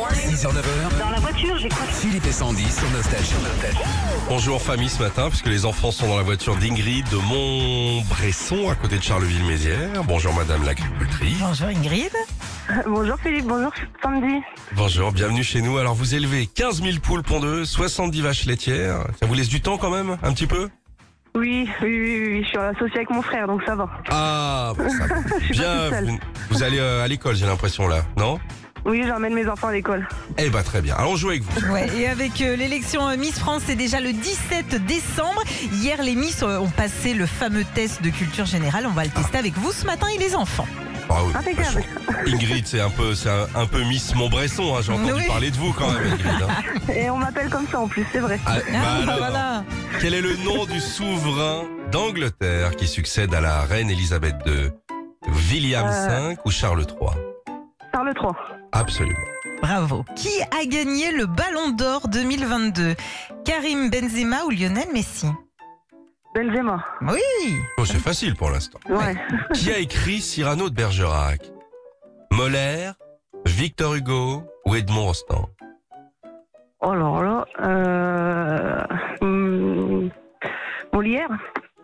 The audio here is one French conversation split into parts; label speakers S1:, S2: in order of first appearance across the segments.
S1: 6h-9h,
S2: Dans la voiture, j'écoute.
S1: Philippe et Sandy sur Nostalgie.
S3: Bonjour famille ce matin, puisque les enfants sont dans la voiture d'Ingrid de Montbresson, à côté de Charleville-Mézières. Bonjour madame l'agricultrice.
S4: Bonjour Ingrid.
S2: Bonjour Philippe, bonjour Sandy.
S3: Bonjour, bienvenue chez nous. Alors vous élevez 15 000 poules pondeuses, 70 vaches laitières. Ça vous laisse du temps quand même, un petit peu
S2: Oui, oui, oui, oui, oui, je suis associée avec mon frère, donc ça va.
S3: Ah, bon, ça va.
S2: Je suis pas toute seule.
S3: Bien, vous allez euh, à l'école j'ai l'impression là, non
S2: Oui, j'emmène mes enfants à l'école.
S3: Eh bah très bien, allons jouer avec vous.
S4: Ouais, et avec euh, l'élection euh, Miss France, c'est déjà le 17 décembre. Hier, les Miss euh, ont passé le fameux test de culture générale. On va le tester avec vous ce matin et les enfants.
S3: Ah oui, de toute façon,
S2: Impeccable.
S3: Ingrid c'est un peu, c'est un, un peu Miss Montbresson, hein. j'ai entendu
S4: Oui.
S3: parler de vous quand même Ingrid. hein.
S2: Et on m'appelle comme ça en plus, c'est vrai.
S3: Ah,
S4: Ah,
S3: bah alors.
S4: voilà.
S3: Quel est le nom du souverain d'Angleterre qui succède à la reine Elisabeth II William
S2: Euh.
S3: V ou Charles III
S2: Par le 3.
S3: Absolument.
S4: Bravo. Qui a gagné le Ballon d'Or 2022 Karim Benzema ou Lionel Messi
S2: Belzema.
S4: Oui.
S3: Oh, c'est facile pour l'instant.
S2: Ouais.
S3: qui a écrit Cyrano de Bergerac Molaire, Victor Hugo ou Edmond Rostand
S2: Oh là là. Euh... hum, Molière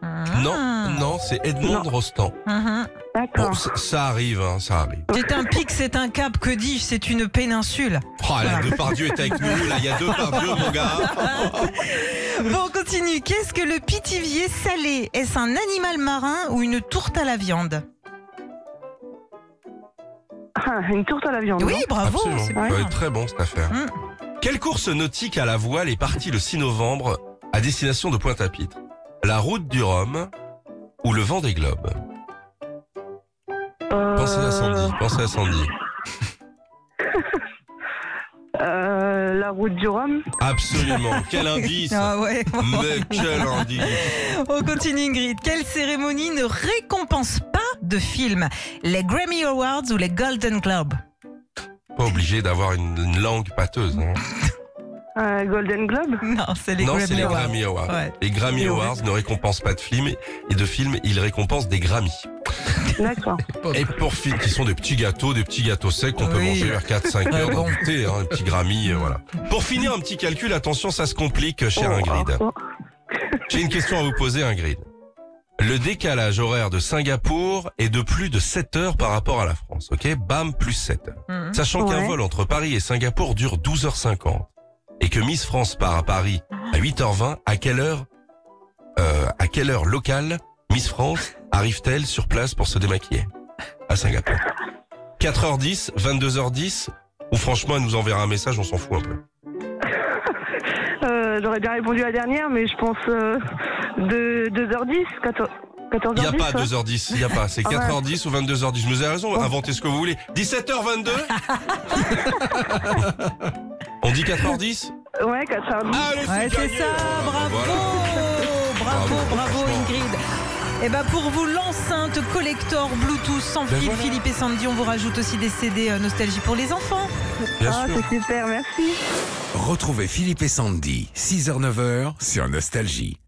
S4: Ah.
S3: Non, non, c'est Edmond de Rostand. Bon,
S2: D'accord.
S3: ça, ça arrive, hein, ça arrive.
S4: C'est uh-huh. un pic, c'est un cap. Que dis-je C'est une péninsule.
S3: Oh, là,
S4: Voilà.
S3: Depardieu est avec nous, là, il y a deux Pardieu, mon gars.
S4: Hein? Bon, on continue. Qu'est-ce que le pitivier salé Est-ce un animal marin ou une tourte à la viande
S2: Ah, Une tourte à la viande.
S4: Oui, bravo.
S3: Absolument.
S4: Ah
S3: Bah,
S4: c'est
S3: Ouais,
S4: bien.
S3: très bon cette affaire.
S4: Mm.
S3: Quelle course nautique à la voile est partie le 6 novembre à destination de Pointe-à-Pitre La route du Rhum ou le vent des globes
S2: non Euh,
S3: Pensez à Sandy, pensez à Sandy.
S2: euh, la route du Rhum.
S3: Absolument, quel indice
S4: Ah ouais.
S3: Mais quel indice
S4: On continue Ingrid. Quelle cérémonie ne récompense pas de films Les Grammy Awards ou les Golden Globes
S3: Pas obligé d'avoir une, une langue pâteuse. hein.
S2: Euh, Golden Globe.
S4: Non, c'est les
S3: non,
S4: Grammy
S3: c'est les
S4: Awards.
S3: Grammy Awards.
S4: Ouais.
S3: Les Grammy
S2: Et ouais.
S3: Awards ne récompensent pas de films et de films, ils récompensent des Grammys.
S2: D'accord.
S3: Et pour films qui sont des petits gâteaux, des petits gâteaux secs qu'on peut
S4: Oui.
S3: manger vers 4-5 heures
S4: Ouais,
S3: dans
S4: bon.
S3: du thé, hein, un petit Grammy, euh, voilà. Pour finir, un petit calcul, attention, ça se complique, cher
S2: Oh,
S3: Ingrid.
S2: oh,
S3: J'ai une question à vous poser, Ingrid. Le décalage horaire de Singapour est de plus de 7 heures par rapport à la France, ok Bam, plus 7 heures.
S4: Mhm.
S3: Sachant qu'un
S2: Ouais.
S3: vol entre Paris et Singapour dure 12h50 et que Miss France part à Paris à 8h20, à quelle heure, euh, à quelle heure locale Miss France arrive-t-elle sur place pour se démaquiller à Singapour 4h10, 22h10 ou franchement elle nous enverra un message, on s'en fout un peu.
S2: Euh, J'aurais bien répondu la dernière, mais je pense euh, de 2h10, 14,
S3: Il n'y
S2: 14h10.
S3: a pas
S2: ouais.
S3: 2h10, il n'y a pas. C'est
S2: Ah ouais.
S3: 4h10 ou 22h10. Vous avez raison, inventez ce que vous voulez. 17h22 On dit 4h10
S2: Ouais, 4h10.
S3: Allez, c'est
S4: Ouais, c'est
S3: gagné.
S4: ça, bravo,
S3: Voilà.
S4: bravo,
S3: Bravo,
S4: bravo
S3: franchement.
S4: Ingrid. Et ben pour vous, l'enceinte collector Bluetooth sans
S3: Ben
S4: fil
S3: voilà.
S4: Philippe et Sandy, on vous rajoute aussi des CD euh, Nostalgie pour les enfants.
S3: Bien
S2: Ah,
S3: sûr.
S2: c'est super, merci.
S1: Retrouvez Philippe et Sandy, 6h-9h sur Nostalgie.